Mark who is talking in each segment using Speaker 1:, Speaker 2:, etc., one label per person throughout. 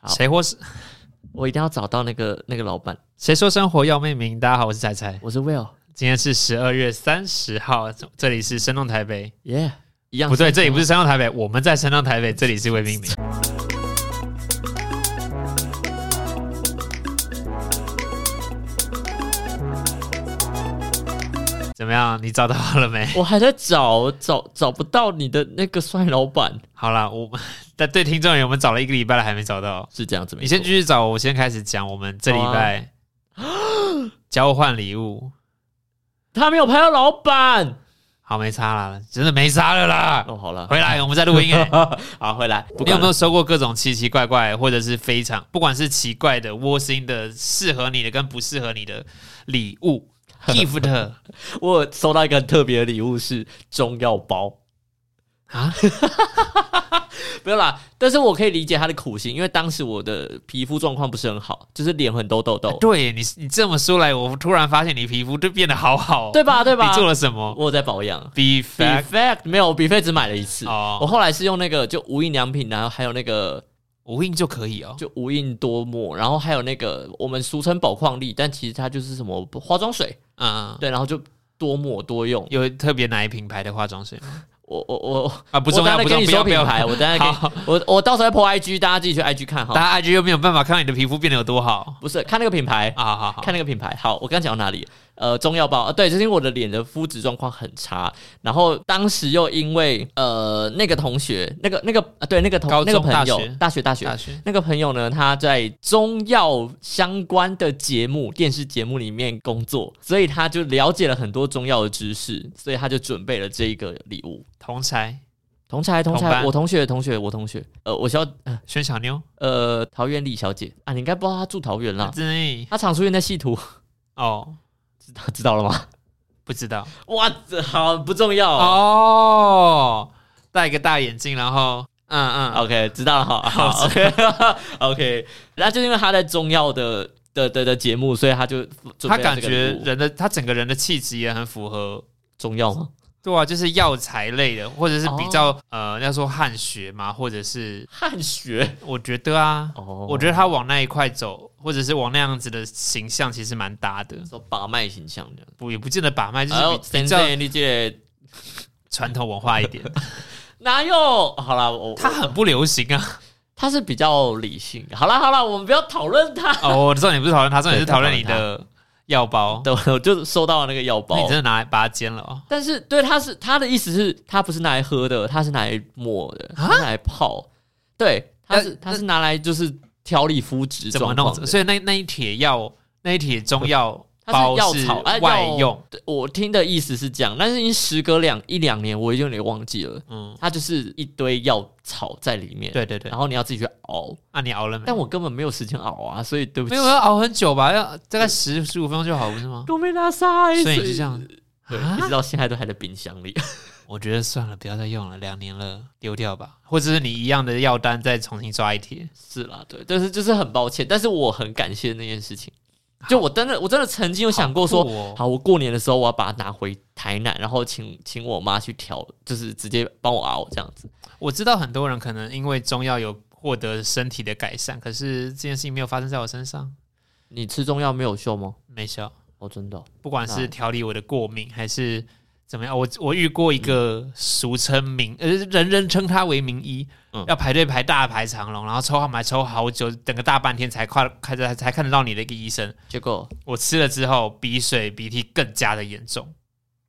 Speaker 1: 好
Speaker 2: 谁或是
Speaker 1: 我一定要找到那个那个老板。
Speaker 2: 谁说生活要命名？大家好，我是彩彩，
Speaker 1: 我是 Will，
Speaker 2: 今天是十二月三十号，这这里是生动台北，
Speaker 1: 耶、yeah,，一样
Speaker 2: 不对，这里不是生动台北，我们在生动台北，这里是未命名。怎么样？你找到了没？
Speaker 1: 我还在找找找不到你的那个帅老板，
Speaker 2: 好啦，我们但对听众而言，我们找了一个礼拜了，还没啊找到。
Speaker 1: 是这样子没错。
Speaker 2: 你先继续找，我先开始讲。我们这礼拜交换礼物，
Speaker 1: 他没有拍到老板。
Speaker 2: 好没差啦，真的没差了啦。
Speaker 1: 哦，好了，
Speaker 2: 回来，我 们再录音、 欸。
Speaker 1: 好，回来。不
Speaker 2: 你有
Speaker 1: 管
Speaker 2: 没
Speaker 1: 了
Speaker 2: 有收过各种奇奇怪怪，或者是非常，不管是奇怪的、窝心的、适合你的跟不适合你的礼 物 gift
Speaker 1: 我有收到一个很特别的礼物是中药包，
Speaker 2: 啊？
Speaker 1: 没有啦。但是我可以理解他的苦心，因为当时我的皮肤状况不是很好，就是脸很多痘痘，
Speaker 2: 对你，你这么说来，我突然发现你皮肤就变得好好哦。
Speaker 1: 对吧？对吧？
Speaker 2: 你做了什么
Speaker 1: 我有在保养。
Speaker 2: ？Be
Speaker 1: 比
Speaker 2: fact
Speaker 1: fact 没有，比 fact 只买了一次。我
Speaker 2: 哦，
Speaker 1: 后来是用那个就无印良品，然后还有那个
Speaker 2: 无印就可以哦。
Speaker 1: 就无印多抹，然后还有那个我们俗称宝矿力，但其实它就是什么化妆水，
Speaker 2: 嗯，
Speaker 1: 对，然后就多抹多用。
Speaker 2: 有特别哪一品牌的化妆水吗？
Speaker 1: 我我我
Speaker 2: 啊，不重要，
Speaker 1: 我
Speaker 2: 不
Speaker 1: 等
Speaker 2: 重
Speaker 1: 下跟你
Speaker 2: 要，不要，
Speaker 1: 说
Speaker 2: 不
Speaker 1: 品
Speaker 2: 要。
Speaker 1: 牌，我等下跟
Speaker 2: 好，
Speaker 1: 我我到时候会 po IG，大家自己去 IG 看哈。
Speaker 2: 大家 IG 又没有办法看到你的皮肤变得有多好
Speaker 1: 不是看那个品牌，
Speaker 2: 啊！好好，
Speaker 1: 看那个品牌。好，我刚讲到哪里？呃，中药包，呃对，就是因为我的脸的肤质状况很差，然后当时又因为呃那个同学，那个那个啊对那个同
Speaker 2: 高中
Speaker 1: 那个朋友
Speaker 2: 大学，
Speaker 1: 大学大学
Speaker 2: 大学
Speaker 1: 那个朋友呢，他在中药相关的节目、电视节目里面工作，所以他就了解了很多中药的知识，所以他就准备了这一个礼物。
Speaker 2: 同 才
Speaker 1: 同才，同
Speaker 2: 同
Speaker 1: 才，
Speaker 2: 班
Speaker 1: 我同学的同学，我同学，呃，我小
Speaker 2: 宣小妞，
Speaker 1: 呃桃园李小姐啊，你应该不知道她住桃园啦，
Speaker 2: 真
Speaker 1: 她常出现在戏图，
Speaker 2: 哦，
Speaker 1: 知道知道了吗？
Speaker 2: 不知道
Speaker 1: 哇，这好不重要
Speaker 2: 哦，
Speaker 1: 哦。
Speaker 2: 戴一个大眼镜，然后嗯嗯，
Speaker 1: OK，知道了，好好 OK OK，那就因为他在中药的的的的节目，所以他就准备
Speaker 2: 他
Speaker 1: 了
Speaker 2: 感
Speaker 1: 这个
Speaker 2: 觉
Speaker 1: 礼物
Speaker 2: 人的他整个人的气质也很符合。
Speaker 1: 中药吗？
Speaker 2: 对啊，就是药材类的，或者是比
Speaker 1: 哦
Speaker 2: 较、呃，要说汉学嘛，或者是
Speaker 1: 汗血
Speaker 2: 我觉得啊，
Speaker 1: 哦
Speaker 2: 我觉得他往那一块走，或者是往那样子的形象，其实蛮搭的。
Speaker 1: 说把脉形象哎的，
Speaker 2: 不也不见得把脉，就
Speaker 1: 然后
Speaker 2: 是比比较
Speaker 1: 理解
Speaker 2: 传统文化一点。
Speaker 1: 哪有？好啦，我
Speaker 2: 他
Speaker 1: 他
Speaker 2: 很不流行啊。
Speaker 1: 他是比较理性。好啦好啦，我们不要讨论他。
Speaker 2: 哦，我重点不是讨论他，重点是讨论你
Speaker 1: 对
Speaker 2: 的药包。
Speaker 1: 对，我就收到了那个药
Speaker 2: 那你
Speaker 1: 包
Speaker 2: 真，的拿来把它煎了哦？
Speaker 1: 但是对他是他的意思是，他不是拿来喝的，他是拿来抹的，
Speaker 2: 啊
Speaker 1: 他是拿来泡。对，他是他是拿来就是调理肤质
Speaker 2: 怎么
Speaker 1: 状
Speaker 2: 弄
Speaker 1: 况？的。
Speaker 2: 所以那那一帖药，那一帖中药包
Speaker 1: 它是
Speaker 2: 是
Speaker 1: 药草哎
Speaker 2: 外用。
Speaker 1: 对我听的意思是这样，但是已经时隔两一两年，我已经有点忘记了。
Speaker 2: 嗯，
Speaker 1: 它就是一堆药草在里面，，
Speaker 2: 对对对
Speaker 1: 然。后你要自己去熬，
Speaker 2: 啊，你熬了没？
Speaker 1: 哦但我根本没有时间熬啊，所以对不起
Speaker 2: 没有，要熬很久吧？要大概十十五分钟就好，不是吗？
Speaker 1: 都没拿塞，
Speaker 2: 所以你是这样，
Speaker 1: 对，
Speaker 2: 啊
Speaker 1: 一直到现在都还在冰箱里。
Speaker 2: 我觉得算了，不要再用了，两年了，丢掉吧。或者是你一样的药单再重新抓一帖。
Speaker 1: 是啦，对，但是就是很抱歉，但是我很感谢那件事情。就我真的，我真的曾经有想过说，
Speaker 2: 好酷哦
Speaker 1: 好，我过年的时候我要把它拿回台南，然后请请我妈去调，就是直接帮我熬这样子。
Speaker 2: 我知道很多人可能因为中药有获得身体的改善，可是这件事情没有发生在我身上，
Speaker 1: 你吃中药没有效吗？
Speaker 2: 没效。
Speaker 1: 哦，真的哦、
Speaker 2: 不管
Speaker 1: 那
Speaker 2: 是调理我的过敏还是怎么样，我我遇过一个俗称名，呃，人人称他为名医，
Speaker 1: 嗯
Speaker 2: 要排队排大排长龙，然后抽号码抽好久，等个大半天才快开才才看得到你的一个医生。
Speaker 1: 结果
Speaker 2: 我吃了之后，鼻水鼻涕更加的严重。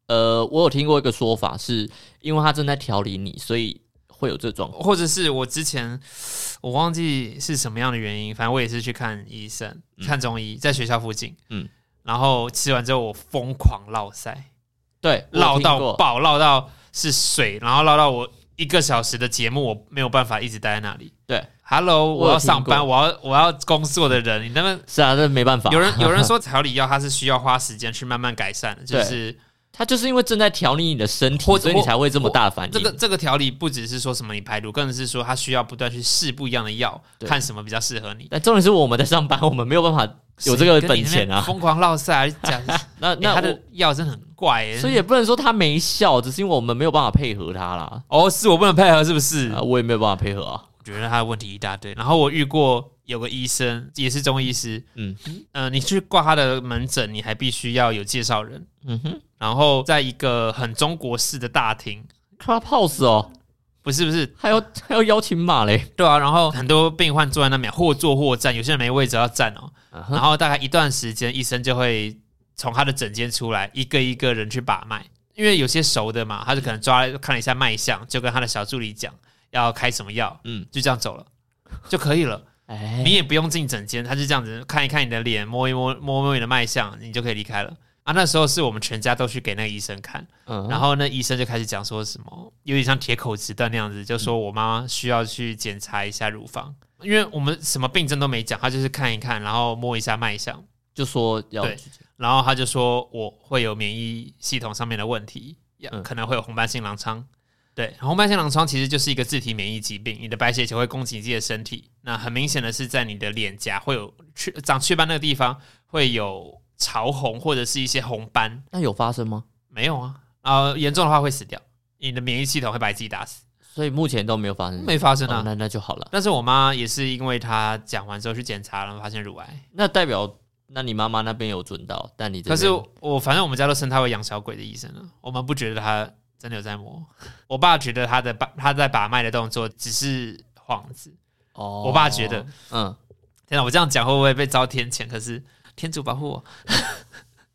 Speaker 1: 呃，我有听过一个说法，是因为他正在调理你，所以会有这状况。
Speaker 2: 或者是我之前我忘记是什么样的原因，反正我也是去看医生，看中医，在学校附近，
Speaker 1: 嗯
Speaker 2: 嗯，然后吃完之后我疯狂落腮，
Speaker 1: 对，我有
Speaker 2: 落
Speaker 1: 听
Speaker 2: 到
Speaker 1: 过
Speaker 2: 爆，落到是水，然后落到我一个小时的节目，我没有办法一直待在那里。
Speaker 1: 对，
Speaker 2: Hello，
Speaker 1: 我有
Speaker 2: 我要上班，
Speaker 1: 听
Speaker 2: 我要我要工作的人，你那么
Speaker 1: 是啊，这没办法
Speaker 2: 有。人有人说调理药它是需要花时间去慢慢改善的，就
Speaker 1: 对
Speaker 2: 是
Speaker 1: 他就是因为正在调理你的身体
Speaker 2: 或，者
Speaker 1: 所以你才会这么
Speaker 2: 或
Speaker 1: 大的反应。
Speaker 2: 这个这个调理不只是说什么你排毒，更是说它需要不断去试不一样的药，
Speaker 1: 对
Speaker 2: 看什么比较适合你。
Speaker 1: 但重点是我们在上班，我们没有办法有这个本钱
Speaker 2: 谁跟你那边
Speaker 1: 啊。
Speaker 2: 疯狂落塞、啊， 讲、
Speaker 1: 那
Speaker 2: 欸
Speaker 1: 那
Speaker 2: 他
Speaker 1: 我
Speaker 2: 的药真的很怪、欸，
Speaker 1: 所以也不能说他没效，只是因为我们没有办法配合他啦。
Speaker 2: 哦，是我不能配合，是不是？
Speaker 1: 啊，我也没有办法配合啊。
Speaker 2: 我觉得他的问题一大堆。然后我遇过有个医生也是中医师，
Speaker 1: 嗯
Speaker 2: 呃，你去挂他的门诊，你还必须要有介绍人，
Speaker 1: 嗯哼
Speaker 2: 然后在一个很中国式的大厅，
Speaker 1: ，Clubhouse 哦，
Speaker 2: 不是不是，
Speaker 1: 还要还要邀请码嘞，
Speaker 2: 对啊，然后很多病患坐在那边或坐或站，有些人没位置要站哦，
Speaker 1: 嗯
Speaker 2: 然
Speaker 1: 哼
Speaker 2: 后大概一段时间，医生就会从他的诊间出来，一个一个人去把脉，因为有些熟的嘛，他就可能抓看了一下脉象，就跟他的小助理讲要开什么药，
Speaker 1: 嗯，
Speaker 2: 就这样走了就可以了。
Speaker 1: 哎
Speaker 2: 你，也不用进诊间，他就这样子看一看你的脸，摸一摸摸摸你的脉象，你就可以离开了。啊，那时候是我们全家都去给那个医生看，
Speaker 1: 嗯
Speaker 2: 然后那医生就开始讲说什么，有点像铁口直断那样子，就说我妈妈需要去检查一下乳房，因为我们什么病症都没讲，他就是看一看，然后摸一下脉象，
Speaker 1: 就说要
Speaker 2: 对然后他就说我会有免疫系统上面的问题，呀
Speaker 1: 嗯
Speaker 2: 可能会有红斑性狼疮。对，红斑性狼疮其实就是一个自体免疫疾病，你的白血球会攻击你自己的身体。那很明显的是，在你的脸颊会有雀长雀斑那个地方会有潮红或者是一些红斑。
Speaker 1: 那有发生吗？
Speaker 2: 没有啊，呃，严重的话会死掉，你的免疫系统会把你自己打死，
Speaker 1: 所以目前都没有发生，
Speaker 2: 嗯没发生
Speaker 1: 哦
Speaker 2: 啊。
Speaker 1: 那那就好了。
Speaker 2: 但是我妈也是因为她讲完之后去检查，然后发现乳癌。
Speaker 1: 那代表，那你妈妈那边有准到，但你这
Speaker 2: 可
Speaker 1: 边
Speaker 2: 是我反正我们家都称他为养小鬼的医生了，我们不觉得他真的有在摸。我爸觉得他的把他在把脉的动作只是幌子。
Speaker 1: 哦，
Speaker 2: 我爸觉得，
Speaker 1: 嗯，
Speaker 2: 天哪，我这样讲会不会被遭天谴？可是天主保护我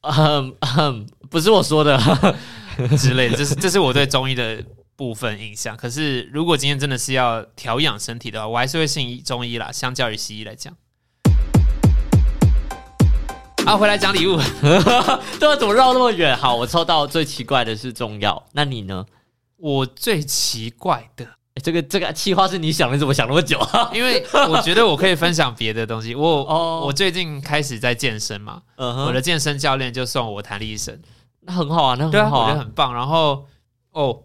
Speaker 1: 嗯嗯，不是我说的，
Speaker 2: 之类的，这是这是我对中医的部分印象。可是如果今天真的是要调养身体的话，我还是会信中医啦，相较于西医来讲。好，回来讲礼物。
Speaker 1: 对啊，怎么绕那么远？好，我抽到最奇怪的是中药，那你呢？
Speaker 2: 我最奇怪的
Speaker 1: 诶这个这个计划是你想的，你怎么想那么久啊？
Speaker 2: 因为我觉得我可以分享别的东西。我、
Speaker 1: 哦
Speaker 2: 我最近开始在健身嘛，
Speaker 1: 嗯
Speaker 2: 我
Speaker 1: 哼，
Speaker 2: 的健身教练就送我弹力绳，
Speaker 1: 那很好啊，那
Speaker 2: 对啊，
Speaker 1: 很好
Speaker 2: 我觉得
Speaker 1: 啊，
Speaker 2: 很棒。然后哦，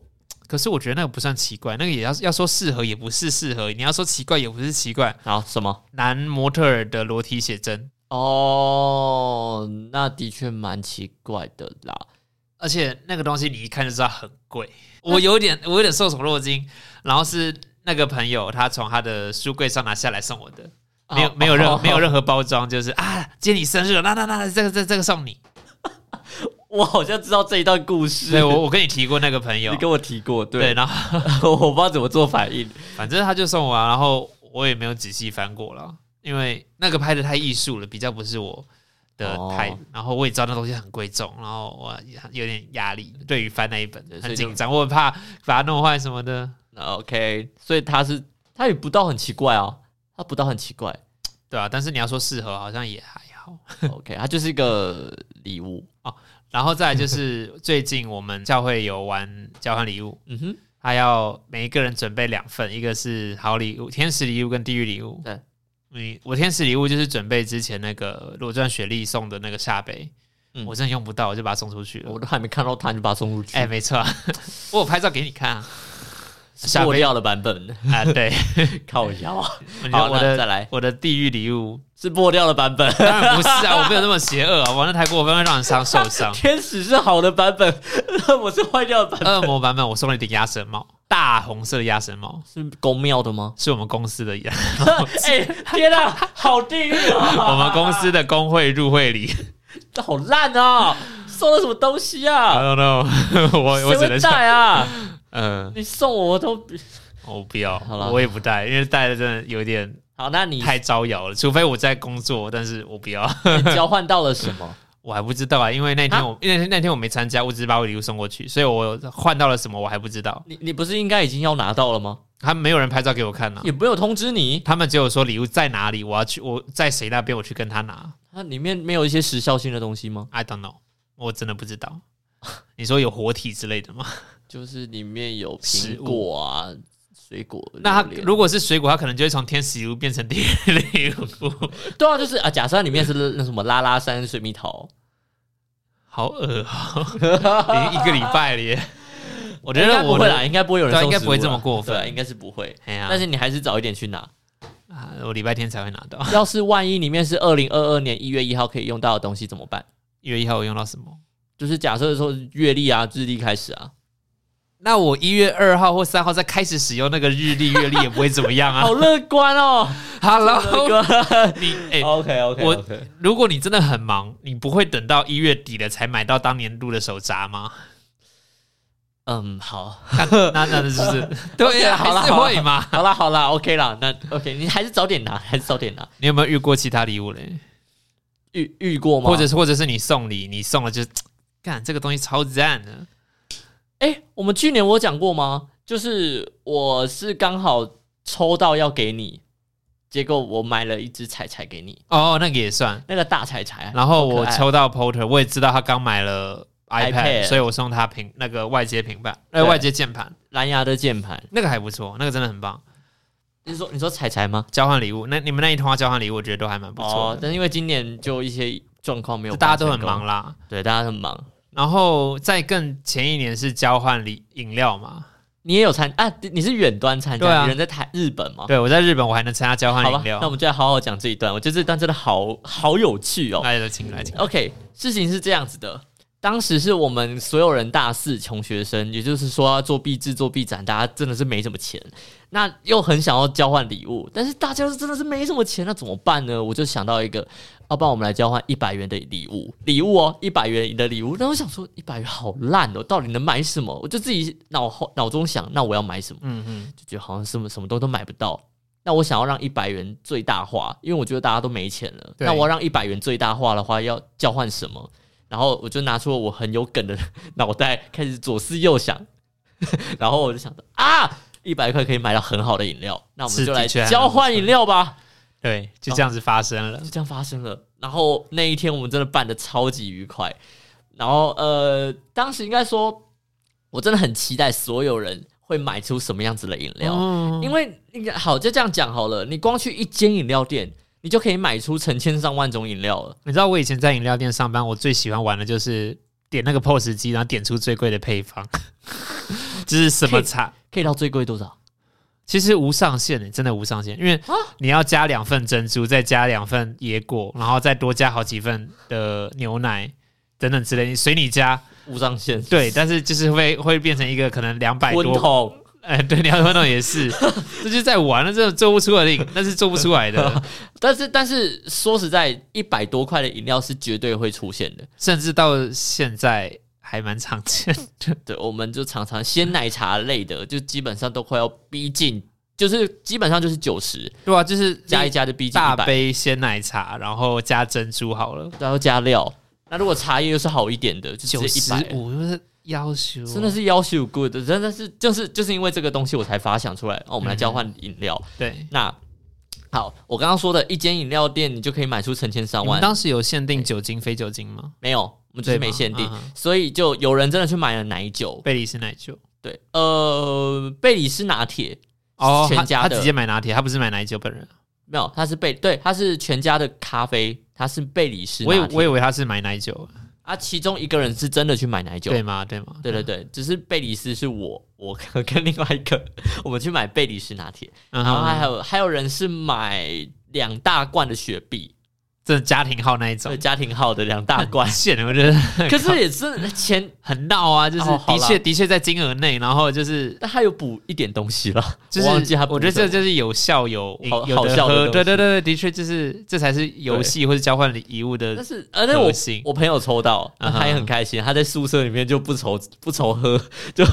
Speaker 2: 可是我觉得那个不算奇怪，那个也要要说适合也不是适合，你要说奇怪也不是奇怪。
Speaker 1: 好什么？
Speaker 2: 男模特儿的裸体写真，
Speaker 1: 哦，那的确蛮奇怪的啦。
Speaker 2: 而且那个东西你一看就知道很 贵。我有点我有点受宠若惊，然后是那个朋友他从他的书柜上拿下来送我的。没有
Speaker 1: 哦
Speaker 2: 没有任
Speaker 1: 哦
Speaker 2: 没有任何包装，就是啊，今天你生日了，那那那这个这个这个送你，
Speaker 1: 我好像知道这一段故事，
Speaker 2: 对我我跟你提过那个朋友
Speaker 1: 你，跟我提过，
Speaker 2: 对，
Speaker 1: 对，
Speaker 2: 然后
Speaker 1: 我不知道怎么做反应。
Speaker 2: 反正他就送我、啊，然后我也没有仔细翻过了，因为那个拍的太艺术了，比较不是我的
Speaker 1: 哦
Speaker 2: 太，然后我也知道那东西很贵重，然后我有点压力，对于翻那一本
Speaker 1: 对所以
Speaker 2: 很
Speaker 1: 就
Speaker 2: 紧张，我很怕把它弄坏什么的。
Speaker 1: OK，所以他是他也不到很奇怪啊，他不到很奇怪。
Speaker 2: 对啊，但是你要说适合，好像也还好。
Speaker 1: OK，他就是一个礼物。
Speaker 2: 然后再来就是 最近我们教会有玩交换礼物，
Speaker 1: 嗯哼，
Speaker 2: 他要每一个人准备两份，一个是好礼物、天使礼物跟地狱礼物。
Speaker 1: 对，
Speaker 2: 你我天使礼物就是准备之前那个裸钻雪莉送的那个下杯，
Speaker 1: 嗯
Speaker 2: 我真的用不到，我就把它送出去了
Speaker 1: 我。都还没看到他，你就把它送出去。
Speaker 2: 哎、没错， 我有拍照给你看啊。
Speaker 1: 是
Speaker 2: 下
Speaker 1: 我
Speaker 2: 杯
Speaker 1: 要的版本，
Speaker 2: 啊，对，
Speaker 1: 靠腰 啊！
Speaker 2: 你
Speaker 1: 好
Speaker 2: 看我
Speaker 1: 那
Speaker 2: 的
Speaker 1: 再来
Speaker 2: 我的地狱礼物，
Speaker 1: 是剥掉的版本。
Speaker 2: 当然不是 啊，我没有那么邪恶啊，玩的太过分会让人伤受伤。
Speaker 1: 天使是好的版本， 我是坏掉的版本。
Speaker 2: 恶魔版本我送了一顶鸭舌帽，大红色的鸭舌帽，
Speaker 1: 是公庙的吗？
Speaker 2: 是我们公司的鸭，
Speaker 1: 哎、天啊，好地狱 啊！
Speaker 2: 我们公司的工会入会礼。
Speaker 1: 好烂啊！送了什么东西
Speaker 2: I
Speaker 1: 啊？
Speaker 2: don't know，我 我
Speaker 1: 谁
Speaker 2: 只
Speaker 1: 会
Speaker 2: 能想，
Speaker 1: 带啊？
Speaker 2: 嗯，
Speaker 1: 你送我我都
Speaker 2: 我不要，
Speaker 1: 好啦
Speaker 2: 我也不戴，因为戴的真的有点
Speaker 1: 好，那你
Speaker 2: 太招摇了。除非我在工作，但是我不要，
Speaker 1: 交换到了什 么？
Speaker 2: 我还不知道啊。因为那天我，因为那天我没参加，我只是把我礼物送过去，所以我换到了什么我还不知道。
Speaker 1: 你你不是应该已经要拿到了吗？
Speaker 2: 他们没有人拍照给我看呢、
Speaker 1: 也没有通知你，
Speaker 2: 他们只有说礼物在哪里，我要去，我在谁那边，我去跟他拿。
Speaker 1: 它里面没有一些时效性的东西吗？
Speaker 2: I don't know，我真的不知 道。你说有活体之类的吗？
Speaker 1: 就是里面有
Speaker 2: 食
Speaker 1: 苹果啊、水果。
Speaker 2: 那他
Speaker 1: 榴莲
Speaker 2: 如果是水果，他可能就会从天使礼物变成地狱礼物，
Speaker 1: 对啊，就是啊，假设它里面是那什么拉拉山水蜜桃，
Speaker 2: 好恶哦、已经一个礼拜了 耶。我
Speaker 1: 我
Speaker 2: 觉
Speaker 1: 应
Speaker 2: 得
Speaker 1: 哎该不
Speaker 2: 我
Speaker 1: 会
Speaker 2: 的
Speaker 1: 啦，应该不会有人
Speaker 2: 对啊应
Speaker 1: 送
Speaker 2: 该
Speaker 1: 食
Speaker 2: 不会
Speaker 1: 物
Speaker 2: 这么
Speaker 1: 啦
Speaker 2: 过分
Speaker 1: 对啊，应该是不会。
Speaker 2: 哎呀，
Speaker 1: 但是你还是早一点去 拿。
Speaker 2: 啊，我礼拜天才会拿到。
Speaker 1: 要是万一里面是二零二二年一月一号可以用到的东西怎么办？
Speaker 2: 一月一号我用到什么？
Speaker 1: 就是假设说月历啊、日历开始啊，
Speaker 2: 那我一月二号或三号再开始使用那个日历月历也不会怎么样啊
Speaker 1: 好。乐 观哦，乐
Speaker 2: Hello，
Speaker 1: 观。
Speaker 2: 你哎、
Speaker 1: OK OK，
Speaker 2: 我如果你真的很忙，你不会等到一月底了才买到当年度的手札吗？
Speaker 1: 嗯好，
Speaker 2: 那那就是对呀、
Speaker 1: 好啦
Speaker 2: 还是会嘛。
Speaker 1: 好啦好啦，OK 啦，那 OK，你还是早点拿，还是早点拿。
Speaker 2: 你有没有遇过其他礼物嘞？
Speaker 1: 遇遇过吗？
Speaker 2: 或者是或者是你送礼，你送了就是干这个东西超赞的，
Speaker 1: 哎、我们去年我有讲过吗？就是我是刚好抽到要给你，结果我买了一只彩彩给你，
Speaker 2: 哦，那个也算。
Speaker 1: 那个大彩彩。
Speaker 2: 然后我
Speaker 1: 好可爱
Speaker 2: 抽到 Porter，我也知道他刚买了 iPad，,
Speaker 1: iPad
Speaker 2: 所以我送他平那个外接平板，呃，
Speaker 1: 对
Speaker 2: 外接键盘，
Speaker 1: 蓝牙的键盘，
Speaker 2: 那个还不错，那个真的很棒。
Speaker 1: 你说你说彩彩吗？
Speaker 2: 交换礼物，那你们那一通话交换礼物，我觉得都还蛮不错
Speaker 1: 哦，
Speaker 2: 的。
Speaker 1: 但是因为今年就一些状况没有，
Speaker 2: 大家都很忙，啦。
Speaker 1: 对，大家都很忙。
Speaker 2: 然后在更前一年是交换礼饮料嘛？
Speaker 1: 你也有参啊？你是远端参加，
Speaker 2: 对啊
Speaker 1: 你人在台日本吗？
Speaker 2: 对，我在日本我还能参加交换
Speaker 1: 好
Speaker 2: 饮
Speaker 1: 吧，那我
Speaker 2: 料。
Speaker 1: 们就来好好讲这一段。我觉得这一段真的好好有趣哦。
Speaker 2: 来，请来，请。
Speaker 1: OK，事情是这样子的，当时是我们所有人大四穷学生，也就是说要做毕制、做毕展，大家真的是没什么钱，那又很想要交换礼物，但是大家真的是没什么钱，那怎么办呢？我就想到一个，要不然我们来交换一百元的礼物，礼物哦，一百元的礼物。那我想说，一百元好烂哦，到底能买什么？我就自己脑后脑中想，那我要买什么？
Speaker 2: 嗯嗯，
Speaker 1: 就觉得好像什么什么东西都买不到。那我想要让一百元最大化，因为我觉得大家都没钱了。
Speaker 2: 对
Speaker 1: 那我要让一百元最大化的话，要交换什么？然后我就拿出了我很有梗的 脑袋，开始左思右想， 然后我就想到啊，一百块可以买到很好的饮料，那我们
Speaker 2: 是
Speaker 1: 就
Speaker 2: 的
Speaker 1: 来
Speaker 2: 确还
Speaker 1: 交
Speaker 2: 蛮不
Speaker 1: 换
Speaker 2: 错
Speaker 1: 饮料吧。
Speaker 2: 对，就这样子发生了
Speaker 1: 就。这样发生了。然后那一天我们真的办的超级愉快。然后呃，当时应该说，我真的很期待所有人会买出什么样子的饮料。
Speaker 2: 哦
Speaker 1: 因为你好，就这样讲好了。你光去一间饮料店，你就可以买出成千上万种饮料了。
Speaker 2: 你知道我以前在饮料店上班，我最喜欢玩的就是点那个 POS 机，然后点出最贵的配方， 就是什么茶，
Speaker 1: 可以到最贵多少？
Speaker 2: 其实无上限欸的，真的无上限，因为
Speaker 1: 啊
Speaker 2: 你要加两份珍珠，再加两份椰果，然后再多加好几份的牛奶等等之类，随你加。
Speaker 1: 无上限，
Speaker 2: 对，但是就是会会变成一个可能两百
Speaker 1: 温
Speaker 2: 多，
Speaker 1: 桶。
Speaker 2: 哎，对，两百多也 是，这就是在玩了，这种做不出来的饮，那是做不出来 的，
Speaker 1: 但是但是说实在，一百多块的饮料是绝对会出现的。
Speaker 2: 甚至到现在还蛮常见的。
Speaker 1: 对，我们就常常鲜奶茶类的，就基本上都快要逼近，就是基本上就是九十
Speaker 2: 对啊，就是
Speaker 1: 加一加就逼近
Speaker 2: 大
Speaker 1: 一百，
Speaker 2: 杯鲜奶茶，然后加珍珠好了，
Speaker 1: 然后加料。那如果茶叶又是好一点的，就
Speaker 2: 九
Speaker 1: 直
Speaker 2: 十
Speaker 1: 接一百。
Speaker 2: 五就是要求，
Speaker 1: 真的是要求 good，真的是就是就是因为这个东西我才发想出来，哦，我们来交换饮料。
Speaker 2: 对。
Speaker 1: 那好，我刚刚说的一间饮料店，你就可以买出成千上
Speaker 2: 我们
Speaker 1: 万。
Speaker 2: 当时有限定酒精非酒精吗？
Speaker 1: 没有，我们就是
Speaker 2: 对
Speaker 1: 没
Speaker 2: 吗
Speaker 1: 限定
Speaker 2: 嗯，哼
Speaker 1: 所以就有人真的去买了奶酒。
Speaker 2: 贝里斯奶酒
Speaker 1: 对，呃，贝里斯拿铁
Speaker 2: 哦，
Speaker 1: 全
Speaker 2: 他
Speaker 1: 家
Speaker 2: 他
Speaker 1: 的
Speaker 2: 直接买拿铁，他不是买奶酒本人。
Speaker 1: 没有，它是贝，对，它是全家的咖啡，它是贝里斯拿
Speaker 2: 我以
Speaker 1: 铁。
Speaker 2: 我以为他是买奶酒，
Speaker 1: 啊，其中一个人是真的去买奶酒。
Speaker 2: 对嗯吗？对吗？
Speaker 1: 对对对，只是贝里斯是我，我跟跟另外一个， 我们去买贝里斯拿铁，
Speaker 2: 嗯
Speaker 1: 然后还
Speaker 2: 哼，
Speaker 1: 有还有人是买两大罐的雪碧，
Speaker 2: 这家庭号那一
Speaker 1: 对，
Speaker 2: 种
Speaker 1: 家庭号的两大罐
Speaker 2: 管，线，我觉得
Speaker 1: 可是也是钱
Speaker 2: 很闹啊，就是
Speaker 1: 哦好
Speaker 2: 的
Speaker 1: 啦
Speaker 2: 确的确在金额内，然后就是
Speaker 1: 但他有补一点东西 了，
Speaker 2: 就是
Speaker 1: 我忘记他补
Speaker 2: 我觉得
Speaker 1: 什么
Speaker 2: 这就是有效有
Speaker 1: 好
Speaker 2: 有
Speaker 1: 好
Speaker 2: 的
Speaker 1: 笑的
Speaker 2: 喝
Speaker 1: 东
Speaker 2: 对对
Speaker 1: 西
Speaker 2: 对对，的确就是这才是游戏或者交换礼礼物的
Speaker 1: 但是呃，那我
Speaker 2: 核心
Speaker 1: 我朋友抽到，
Speaker 2: 嗯哼
Speaker 1: 他也很开心，他在宿舍里面就不愁 不愁喝，就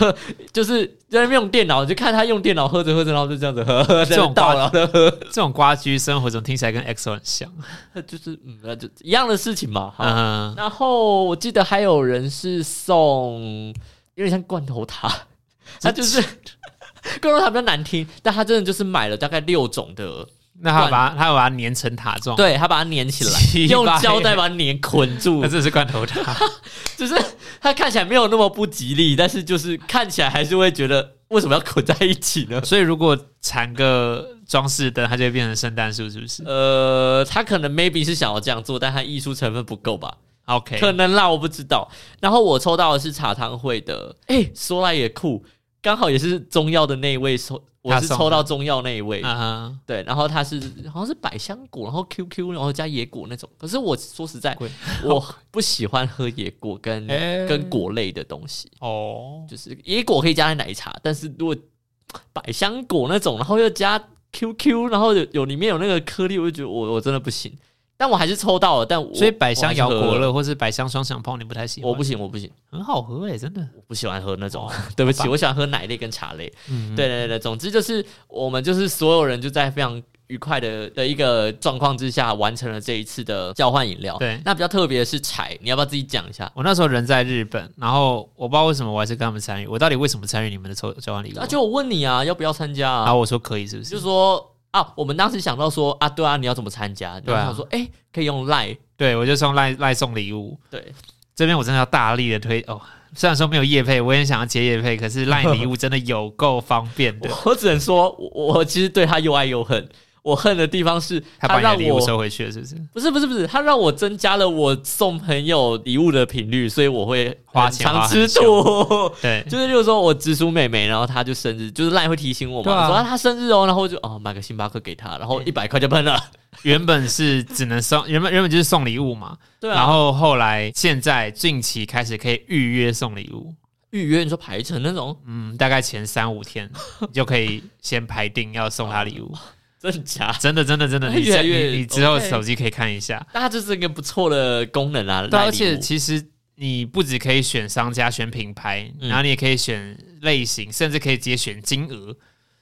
Speaker 1: 就是在那边用电脑，就看他用电脑喝着喝着，然后就这样子喝， 喝
Speaker 2: 这种
Speaker 1: 到
Speaker 2: 话
Speaker 1: 然后就喝，
Speaker 2: 这种瓜居生活，怎么听起来跟 EXO 很像？
Speaker 1: 就是嗯，那就一样的事情嘛。啊哈
Speaker 2: 嗯，
Speaker 1: 然后我记得还有人是送，有点像罐头塔， 他就是罐头塔比较难听，但他真的就是买了大概六种的
Speaker 2: 那他有把它他有把它粘成塔状，，
Speaker 1: 对他把它粘起来，
Speaker 2: 鸡巴
Speaker 1: 用胶带把它粘捆住
Speaker 2: 那，这是罐头塔。
Speaker 1: 就是它看起来没有那么不吉利，但是就是看起来还是会觉得为什么要捆在一起呢？
Speaker 2: 所以如果缠个装饰灯，它就会变成圣诞树，是不是
Speaker 1: 呃，他可能 maybe 是想要这样做，但他艺术成分不够吧？
Speaker 2: ？OK，
Speaker 1: 可能啦，我不知道。然后我抽到的是茶汤会的，哎、说来也酷，刚好也是中药的那一位抽我
Speaker 2: 他
Speaker 1: 是
Speaker 2: 送
Speaker 1: 抽到中药那一位，
Speaker 2: 嗯哼，
Speaker 1: 对，然后它是好像是百香果，然后 QQ，然后加野果那种。可是我说实在
Speaker 2: 贵，
Speaker 1: 我不喜欢喝野果跟、
Speaker 2: 哎
Speaker 1: 跟果类的东西，
Speaker 2: 哦，
Speaker 1: 就是野果可以加在奶茶，但是如果百香果那种，然后又加 QQ，然后有有里面有那个颗粒，我就觉得我我真的不行。但我还是抽到了，但我
Speaker 2: 所以百香摇
Speaker 1: 我还
Speaker 2: 果
Speaker 1: 是喝了，
Speaker 2: 乐或是百香双响炮你不太喜欢，
Speaker 1: 我不行，我不行，
Speaker 2: 很好喝哎、真的。
Speaker 1: 我不喜欢喝那种。
Speaker 2: 哦
Speaker 1: 对不
Speaker 2: 好
Speaker 1: 起，我喜欢喝奶类跟茶类。
Speaker 2: 嗯，
Speaker 1: 对对对对，总之就是我们就是所有人就在非常愉快的的一个状况之下，完成了这一次的交换饮料。
Speaker 2: 对
Speaker 1: 那比较特别的是柴，你要不要自己讲一下？
Speaker 2: 我那时候人在日本，然后我不知道为什么我还是跟他们参与。我到底为什么参与你们的抽交换礼物？
Speaker 1: 啊，就我问你啊，要不要参加
Speaker 2: 然后
Speaker 1: 啊？
Speaker 2: 我说可以，是不
Speaker 1: 你
Speaker 2: 是
Speaker 1: 就？说啊，我们当时想到说啊，对啊，你要怎么参加？
Speaker 2: 对啊
Speaker 1: 然后想说哎、可以用 Line。
Speaker 2: 对，我就送赖赖送礼物。
Speaker 1: 对，
Speaker 2: 这边我真的要大力的推哦。虽然说没有叶配，我也想要接叶配，可 是赖礼物真的有够方便的。
Speaker 1: 我只能说，我我其实对他又爱又恨。我恨的地方是，
Speaker 2: 他把你的
Speaker 1: 让
Speaker 2: 礼物
Speaker 1: 我
Speaker 2: 收回去了，是不是？
Speaker 1: 不是不是不是，他让我增加了我送朋友礼物的频率，所以我会
Speaker 2: 花
Speaker 1: 很
Speaker 2: 钱花
Speaker 1: 常
Speaker 2: 很
Speaker 1: 吃醋。
Speaker 2: 对，
Speaker 1: 就是，例如说我直属妹妹，然后她就生日，就是赖会提醒我
Speaker 2: 对
Speaker 1: 嘛，
Speaker 2: 啊嗯
Speaker 1: 说啊她生日哦，然后我就哦买个星巴克给她，然后一百块就喷了。
Speaker 2: 原本是只能送，原本原本就是送礼物嘛。
Speaker 1: 对啊，
Speaker 2: 然后后来现在近期开始可以预约送礼物，
Speaker 1: 预约你说排成那种，
Speaker 2: 嗯，大概前三五天你就可以先排定要送他礼物。
Speaker 1: 真假？
Speaker 2: 真的，真的，真的，你
Speaker 1: 哦越来越
Speaker 2: 你你之后
Speaker 1: OK
Speaker 2: 手机可以看一下。
Speaker 1: 那它就是一个不错的功能啊，
Speaker 2: 对啊，
Speaker 1: 赖
Speaker 2: 而
Speaker 1: 礼
Speaker 2: 且
Speaker 1: 物
Speaker 2: 其实你不只可以选商家、选品牌，
Speaker 1: 嗯
Speaker 2: 然后你也可以选类型，甚至可以直接选金额，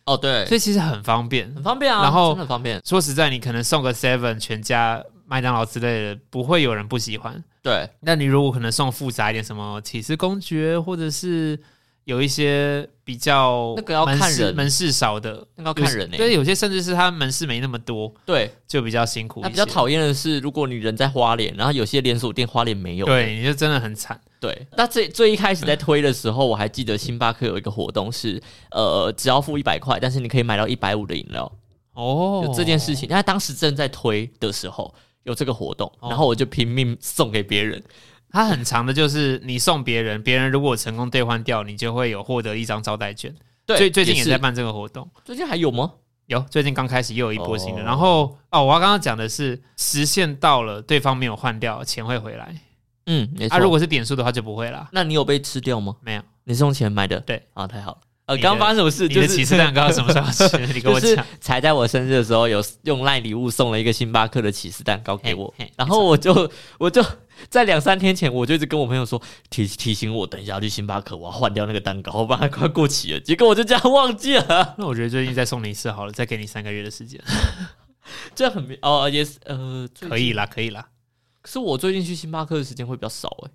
Speaker 1: 哦对，
Speaker 2: 所以其实很方便
Speaker 1: 很。方便啊，
Speaker 2: 然后
Speaker 1: 真的很方便，
Speaker 2: 说实在，你可能送个 Seven、全家、麦当劳之类的，不会有人不喜欢。
Speaker 1: 对，
Speaker 2: 那你如果可能送复杂一点，什么起司公爵，或者是有一些比较
Speaker 1: 那个要
Speaker 2: 门
Speaker 1: 看
Speaker 2: 市
Speaker 1: 人
Speaker 2: 门市少的，
Speaker 1: 那个要看人欸
Speaker 2: 有
Speaker 1: 呢、
Speaker 2: 些对，有些甚至是他门市没那么多，
Speaker 1: 对，
Speaker 2: 就比较辛苦一
Speaker 1: 那
Speaker 2: 些。
Speaker 1: 比较讨厌的是，如果你人在花莲，然后有些连锁店花莲没有，
Speaker 2: 对，你就真的很惨。
Speaker 1: 对，那最最一开始在推的时候，我还记得星巴克有一个活动是，呃，只要付一百块，但是你可以买到一百五的饮料。
Speaker 2: 哦
Speaker 1: 就这件事情，因为他当时正在推的时候有这个活动，
Speaker 2: 哦
Speaker 1: 然后我就拼命送给别人。
Speaker 2: 它很长的，就是你送别人，别人如果成功兑换掉，你就会有获得一张招待券。
Speaker 1: 对，
Speaker 2: 最最近也
Speaker 1: 是
Speaker 2: 在，办这个活动，
Speaker 1: 最近还有吗？
Speaker 2: 有最近刚开始又有一波新的。
Speaker 1: 哦
Speaker 2: 然后哦，我要刚刚讲的是时限到了，对方没有换掉，钱会回来。
Speaker 1: 嗯，没错。
Speaker 2: 啊，如果是点数的话就不会啦。
Speaker 1: 那你有被吃掉吗？
Speaker 2: 没有，
Speaker 1: 你是用钱买的？
Speaker 2: 对，
Speaker 1: 啊，太好了。呃，
Speaker 2: 你的
Speaker 1: 刚刚发生什么事？
Speaker 2: 你
Speaker 1: 就
Speaker 2: 的
Speaker 1: 是
Speaker 2: 起司蛋糕什么时候要吃？你跟
Speaker 1: 就
Speaker 2: 我
Speaker 1: 是
Speaker 2: 讲。
Speaker 1: 才在我生日的时候，有用赖礼物送了一个星巴克的起司蛋糕给哎我
Speaker 2: 嘿嘿，
Speaker 1: 然后我就我就在两三天前，我就一直跟我朋友说提提醒我，等一下要去星巴克，我要换掉那个蛋糕，我把它快过期了。结果我就这样忘记了，
Speaker 2: 那我觉得最近再送你一次好了，再给你三个月的时 间，
Speaker 1: 这很没哦也是呃最
Speaker 2: 可以啦，可以啦。
Speaker 1: 可是我最近去星巴克的时间会比较少哎、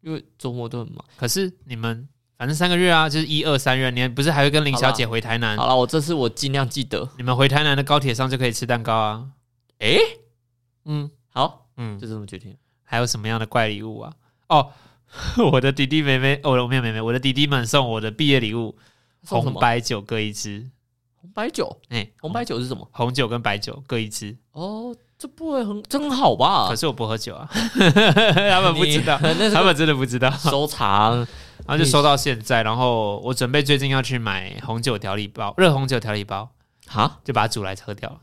Speaker 1: 因为周末都很忙。
Speaker 2: 可是你们反正三个月啊，就是一二三月，你不是还会跟林小姐回台南
Speaker 1: 好？了，我这次我尽量记得。
Speaker 2: 你们回台南的高铁上就可以吃蛋糕啊。
Speaker 1: 诶，
Speaker 2: 嗯
Speaker 1: 好，
Speaker 2: 嗯
Speaker 1: 就，这么决定。
Speaker 2: 还有什么样的怪礼物啊？哦， 我的弟弟妹妹，哦，我没有妹妹，我的弟弟们送我的毕业礼物，
Speaker 1: 送什
Speaker 2: 红
Speaker 1: 么？
Speaker 2: 白酒各一支。
Speaker 1: 红白酒，
Speaker 2: 哎、
Speaker 1: 红白酒是什么？
Speaker 2: 红酒跟白酒各一支，
Speaker 1: 哦，这不会很真好吧
Speaker 2: 可？是我不喝酒啊， 他们不知道，
Speaker 1: 你 那是
Speaker 2: 他们真的不知道。
Speaker 1: 收藏。
Speaker 2: 然后就收到现在，然后我准备最近要去买红酒调理包，热红酒调理包，
Speaker 1: 哈，
Speaker 2: 就把它煮来喝掉了，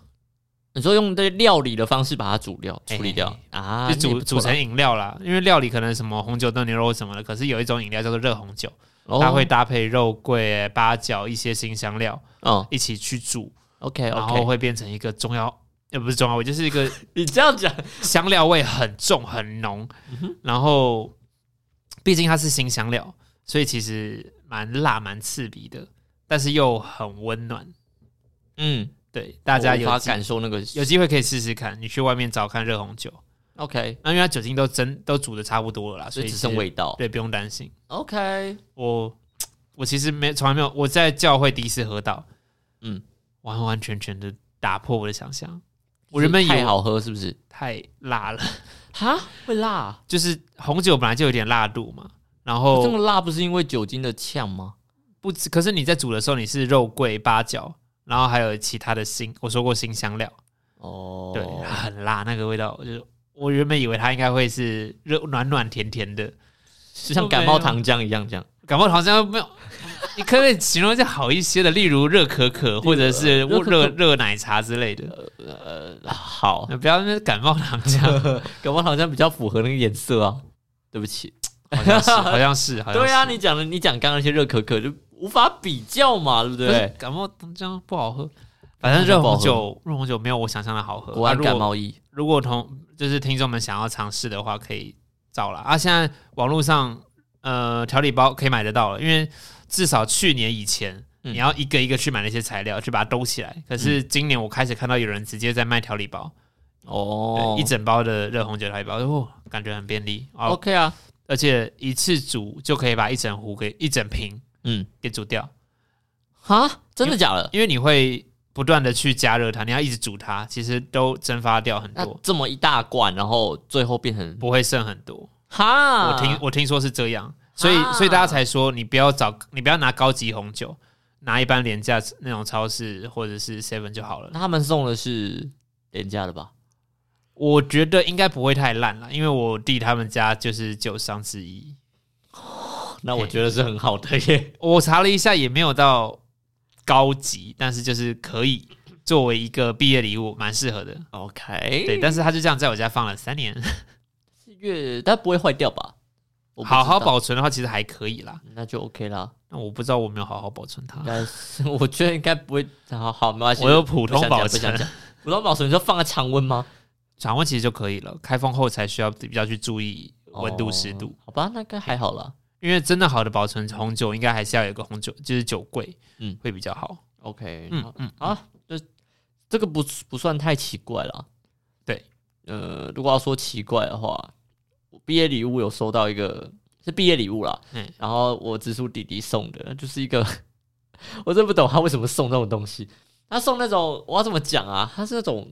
Speaker 1: 你说用这料理的方式把它煮掉、处理掉、啊，
Speaker 2: 就煮
Speaker 1: 那也不错
Speaker 2: 煮
Speaker 1: 啦
Speaker 2: 成饮料啦。因为料理可能什么红酒炖牛肉什么的，可是有一种饮料叫做热红酒，
Speaker 1: 哦
Speaker 2: 它会搭配肉桂、八角一些新香料
Speaker 1: 嗯
Speaker 2: 一起去煮，
Speaker 1: ，OK
Speaker 2: 然后
Speaker 1: OK，
Speaker 2: 会变成一个中药，也不是中药味，就是一个
Speaker 1: 你这样讲，
Speaker 2: 香料味很重很浓。
Speaker 1: 嗯
Speaker 2: 然后，毕竟它是新香料，所以其实蛮辣蛮刺鼻的，但是又很温暖。
Speaker 1: 嗯，
Speaker 2: 对，大家
Speaker 1: 我无
Speaker 2: 有
Speaker 1: 法
Speaker 2: 机
Speaker 1: 感受那个
Speaker 2: 有机会可以试试看，你去外面找看热红酒，
Speaker 1: OK，
Speaker 2: 那因为它酒精都蒸都煮的差不多了啦，
Speaker 1: 所
Speaker 2: 所以
Speaker 1: 以只
Speaker 2: 其
Speaker 1: 剩
Speaker 2: 实
Speaker 1: 味道。
Speaker 2: 对，不用担心。
Speaker 1: OK，
Speaker 2: 我我其实没从来没有我在教会第一次喝到，嗯
Speaker 1: 嗯，
Speaker 2: 完完全全的打破我的想象。我原本以
Speaker 1: 太
Speaker 2: 为
Speaker 1: 好喝是不是？
Speaker 2: 太辣了，
Speaker 1: 哈，会辣。
Speaker 2: 就是红酒本来就有点辣度嘛，然
Speaker 1: 这
Speaker 2: 后
Speaker 1: 么辣不是因为酒精的呛吗？
Speaker 2: 不止，可是你在煮的时候你是肉桂、八角，然后还有其他的新，我说过新香料，
Speaker 1: 哦，
Speaker 2: 对，很辣那个味道，就是我原本以为它应该会是热暖暖甜甜的，
Speaker 1: 就像感冒糖浆一样这样。
Speaker 2: 感冒好像没有，你可不可以形容一下好一些的，例如热可 可或者是
Speaker 1: 热可可
Speaker 2: 热热奶茶之类的，
Speaker 1: 呃好，
Speaker 2: 不要那边感冒糖浆，
Speaker 1: 感冒好像比较符合那个颜色啊。对不起，
Speaker 2: 好像是，好像是，好像
Speaker 1: 对啊，
Speaker 2: 是
Speaker 1: 你讲的你讲刚刚那些热可可就无法比较嘛，对不
Speaker 2: 可是
Speaker 1: 对？
Speaker 2: 感冒糖浆不好喝。反正热红酒，热红酒没有我想象的好喝。
Speaker 1: 国
Speaker 2: 啊
Speaker 1: 安
Speaker 2: 如
Speaker 1: 感
Speaker 2: 果
Speaker 1: 冒疫，
Speaker 2: 如果同就是听众们想要尝试的话，可以找了啊。现在网络上呃调理包可以买得到了，因为至少去年以前。
Speaker 1: 嗯
Speaker 2: 你要一个一个去买那些材料，去把它兜起来。可是今年我开始看到有人直接在卖调理包，
Speaker 1: 哦
Speaker 2: 对，一整包的热红酒调理包，哦，感觉很便利哦。
Speaker 1: OK 啊，
Speaker 2: 而且一次煮就可以把一整壶给一整瓶
Speaker 1: 嗯，
Speaker 2: 给煮掉，
Speaker 1: 哈，真的假的？
Speaker 2: 因为你会不断的去加热它，你要一直煮它，其实都蒸发掉很
Speaker 1: 那
Speaker 2: 多，
Speaker 1: 这么一大罐，然后最后变成
Speaker 2: 不会剩很多。
Speaker 1: 哈，
Speaker 2: 我听我听说是这样，所
Speaker 1: 啊
Speaker 2: 以所以大家才说你不要找你不要拿高级红酒，拿一般廉价那种超市或者是 Seven 就好了。
Speaker 1: 那他们送的是廉价的吧？
Speaker 2: 我觉得应该不会太烂了，因为我弟他们家就是酒商之一。
Speaker 1: 那我觉得是很好的耶。
Speaker 2: 我查了一下，也没有到高级，但是就是可以作为一个毕业礼物，蛮适合的。
Speaker 1: OK，
Speaker 2: 对，但是他就这样在我家放了三年，
Speaker 1: 是月，但不会坏掉吧？我不知道
Speaker 2: 好好，保存的话，其实还可以啦。
Speaker 1: 那就 OK 啦。
Speaker 2: 那我不知道我没有好好保存它
Speaker 1: 应，该是，我觉得应该不会。好好，没关系。
Speaker 2: 我有普
Speaker 1: 普
Speaker 2: 通保
Speaker 1: 不想
Speaker 2: 存，
Speaker 1: 讲。普通保存，你说放在常温吗？
Speaker 2: 常温其实就可以了。开封后才需要比较去注意温度、
Speaker 1: 哦
Speaker 2: 湿度，
Speaker 1: 好吧，那应该还好啦。
Speaker 2: 因为真的好的保存红酒，应该还是要有一个红酒，就是酒柜，
Speaker 1: 嗯
Speaker 2: 嗯，会比较好。
Speaker 1: OK，
Speaker 2: 嗯
Speaker 1: 好
Speaker 2: 嗯，
Speaker 1: 啊，就这个不不算太奇怪了。
Speaker 2: 对，
Speaker 1: 呃，如果要说奇怪的话，我毕业礼物有收到一个是毕业礼物啦，
Speaker 2: 嗯
Speaker 1: 然后我直属弟弟送的，就是一个 我真不懂他为什么送这种东西。他送那种我要怎么讲啊？他是那种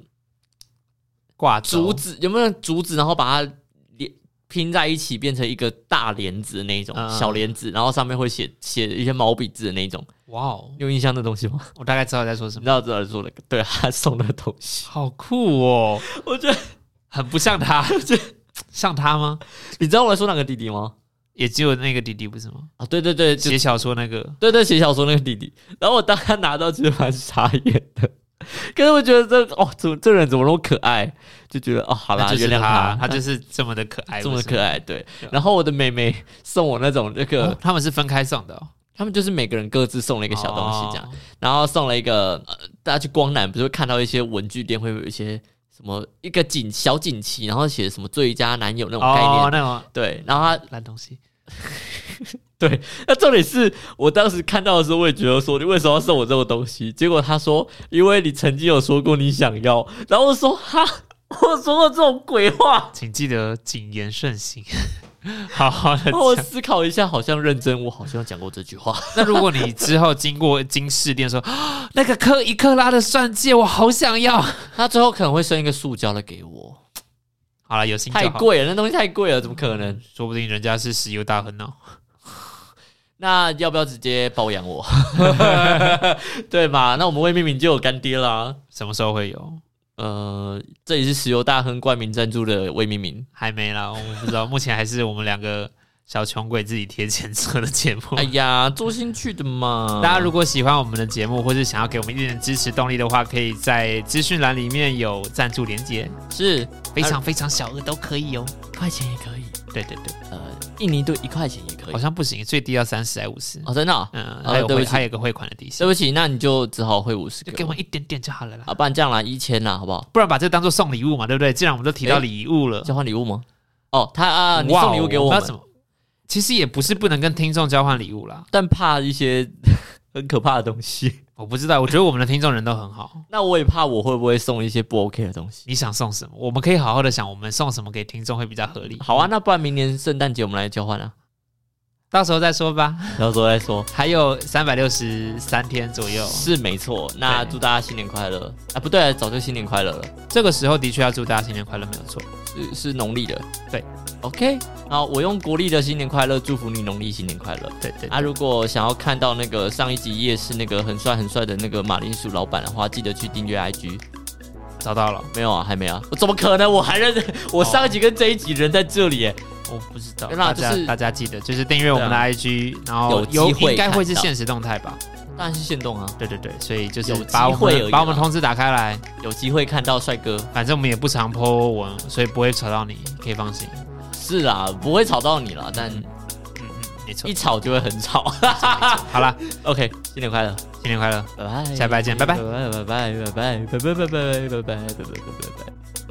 Speaker 2: 挂
Speaker 1: 竹
Speaker 2: 轴，
Speaker 1: 子，有没有竹子，然后把它连拼在一起变成一个大帘子的那一种、
Speaker 2: 嗯嗯
Speaker 1: 小帘子，然后上面会写写一些毛笔字的那一种。
Speaker 2: 哇哦
Speaker 1: 你，有印象那东西吗？
Speaker 2: 我大概知道你在说什
Speaker 1: 你
Speaker 2: 么，
Speaker 1: 知道知道说那个，对他送的东西，
Speaker 2: 好酷哦，
Speaker 1: 我觉得
Speaker 2: 很不像 他，像他吗？
Speaker 1: 你知道我在说哪个弟弟吗？
Speaker 2: 也只有那个弟弟不是吗？
Speaker 1: 啊，对对对，就
Speaker 2: 写小说那个，
Speaker 1: 对对，写小说那个弟弟。然后我当他拿到，其实蛮傻眼的。 可是我觉得这哦，怎么这人怎么那么可爱？就觉得哦，好啦，
Speaker 2: 那就是
Speaker 1: 原谅
Speaker 2: 他，他
Speaker 1: 他
Speaker 2: 就是这么的可爱，
Speaker 1: 这么
Speaker 2: 不是
Speaker 1: 可爱。对
Speaker 2: 对啊，
Speaker 1: 然后我的妹妹送我那种那个，
Speaker 2: 哦他们是分开送的哦，
Speaker 1: 他们就是每个人各自送了一个小东西这样，
Speaker 2: 哦
Speaker 1: 然后送了一个、呃，大家去光南不是会看到一些文具店会有一些什么一个锦小锦旗，然后写什么最佳男友那种概念，
Speaker 2: 哦，那种
Speaker 1: 对，然后他
Speaker 2: 烂东西，
Speaker 1: 那重点是我当时看到的时候，我也觉得说你为什么要送我这种东西？结果他说，因为你曾经有说过你想要，然后我说哈， 我说过这种鬼 话。
Speaker 2: 请记得谨言慎行， 好好的
Speaker 1: 然后我
Speaker 2: 讲。
Speaker 1: 思考一下，好像认真，我好像讲过这句话。
Speaker 2: 那如果你之后经过金饰店说， 啊那个克一克拉的钻戒，我好想要。
Speaker 1: 他最后可能会送一个塑胶的给我，
Speaker 2: 好了，有心就
Speaker 1: 太
Speaker 2: 好，
Speaker 1: 贵了，那东西太贵了，怎么可能？
Speaker 2: 说不定人家是石油大亨哦。
Speaker 1: 那要不要直接包养 我？对嘛？那我们魏明明就有干爹啦。
Speaker 2: 什么时候会有？
Speaker 1: 呃，这里是石油大亨冠名赞助的魏明明。
Speaker 2: 还没啦，我们不知 道。目前还是我们两个小穷鬼自己贴钱做的节目。
Speaker 1: 哎呀，周兴去的嘛。
Speaker 2: 大家如果喜欢我们的节目，或是想要给我们一点支持动力的话，可以在资讯栏里面有赞助连接，
Speaker 1: 是
Speaker 2: 非常非常小额都可以哦。
Speaker 1: 一块钱也可以，
Speaker 2: 对对对，
Speaker 1: 呃，印尼盾一块钱也可以
Speaker 2: 好。像不行，最低要三十还五十。
Speaker 1: 哦，真的哦、
Speaker 2: 嗯，
Speaker 1: 哦
Speaker 2: 还有
Speaker 1: 对不
Speaker 2: 汇，
Speaker 1: 起
Speaker 2: 还有一个汇款的底线
Speaker 1: 对，不起，那你就只好汇五十
Speaker 2: 就
Speaker 1: 给
Speaker 2: 给我
Speaker 1: 我。
Speaker 2: 们一点点就好了啦。
Speaker 1: 啊，不然这样啦，一千啦，好不好？
Speaker 2: 哦不然把这当做送礼物嘛，对不对？既然我们都提到礼物了，
Speaker 1: 交换礼物吗？哦，他啊，你
Speaker 2: 哇哦
Speaker 1: 送礼物给
Speaker 2: 不
Speaker 1: 我
Speaker 2: 知
Speaker 1: 们
Speaker 2: 道，怎么？其实也不是不能跟听众交换礼物啦，
Speaker 1: 但怕一些 很可怕的东 西。
Speaker 2: 我不知道，我觉得我们的听众人都很好。
Speaker 1: 那我也怕我会不会送一些不 OK 的东西。
Speaker 2: 你想送什么？我们可以好好的想，我们送什么给听众会比较合理。
Speaker 1: 好啊，，那不然明年圣诞节我们来交换啊，
Speaker 2: 到时候再说吧。
Speaker 1: 到时候再说。
Speaker 2: 还有三百六十三天左右，
Speaker 1: 是没错，那
Speaker 2: 对
Speaker 1: 祝大家新年快乐啊！不对，早就新年快乐了，
Speaker 2: 这个时候的确要祝大家新年快乐，没有错。
Speaker 1: 是是农历的。
Speaker 2: 对
Speaker 1: ，OK，好，我用国历的新年快乐祝福你农历新年快乐。
Speaker 2: 对对
Speaker 1: 啊，如果想要看到那个上一集夜市那个很帅很帅的那个马铃薯老板的话，记得去订阅 IG。
Speaker 2: 找到了，
Speaker 1: 没有啊，还没啊，我怎么可能？我还认我上一集跟这一集人在这里耶，
Speaker 2: 我不知道，
Speaker 1: 对啦
Speaker 2: 大家、
Speaker 1: 就是
Speaker 2: 大家记得就是订阅我们的
Speaker 1: 对啊
Speaker 2: IG，、然后
Speaker 1: 有机会
Speaker 2: 应该会是
Speaker 1: 看到
Speaker 2: 现实动态吧？
Speaker 1: 当然是限动啊，
Speaker 2: 对对对，所以就是
Speaker 1: 有机啊
Speaker 2: 把我
Speaker 1: 会而
Speaker 2: 们
Speaker 1: 已
Speaker 2: 把我们
Speaker 1: 啦
Speaker 2: 通知打开来，
Speaker 1: 有机会看到帅哥
Speaker 2: 反正我们也不常 po 文，所以不会吵到你，可以放心。
Speaker 1: 是啦，不会吵到你啦，但
Speaker 2: 嗯嗯，没错
Speaker 1: 一。吵就会很吵。
Speaker 2: 好啦，
Speaker 1: OK，新年快乐，
Speaker 2: 新年快乐！
Speaker 1: 拜拜，
Speaker 2: 下礼拜见拜拜
Speaker 1: 拜拜拜拜拜拜拜拜拜拜拜拜拜拜拜拜拜。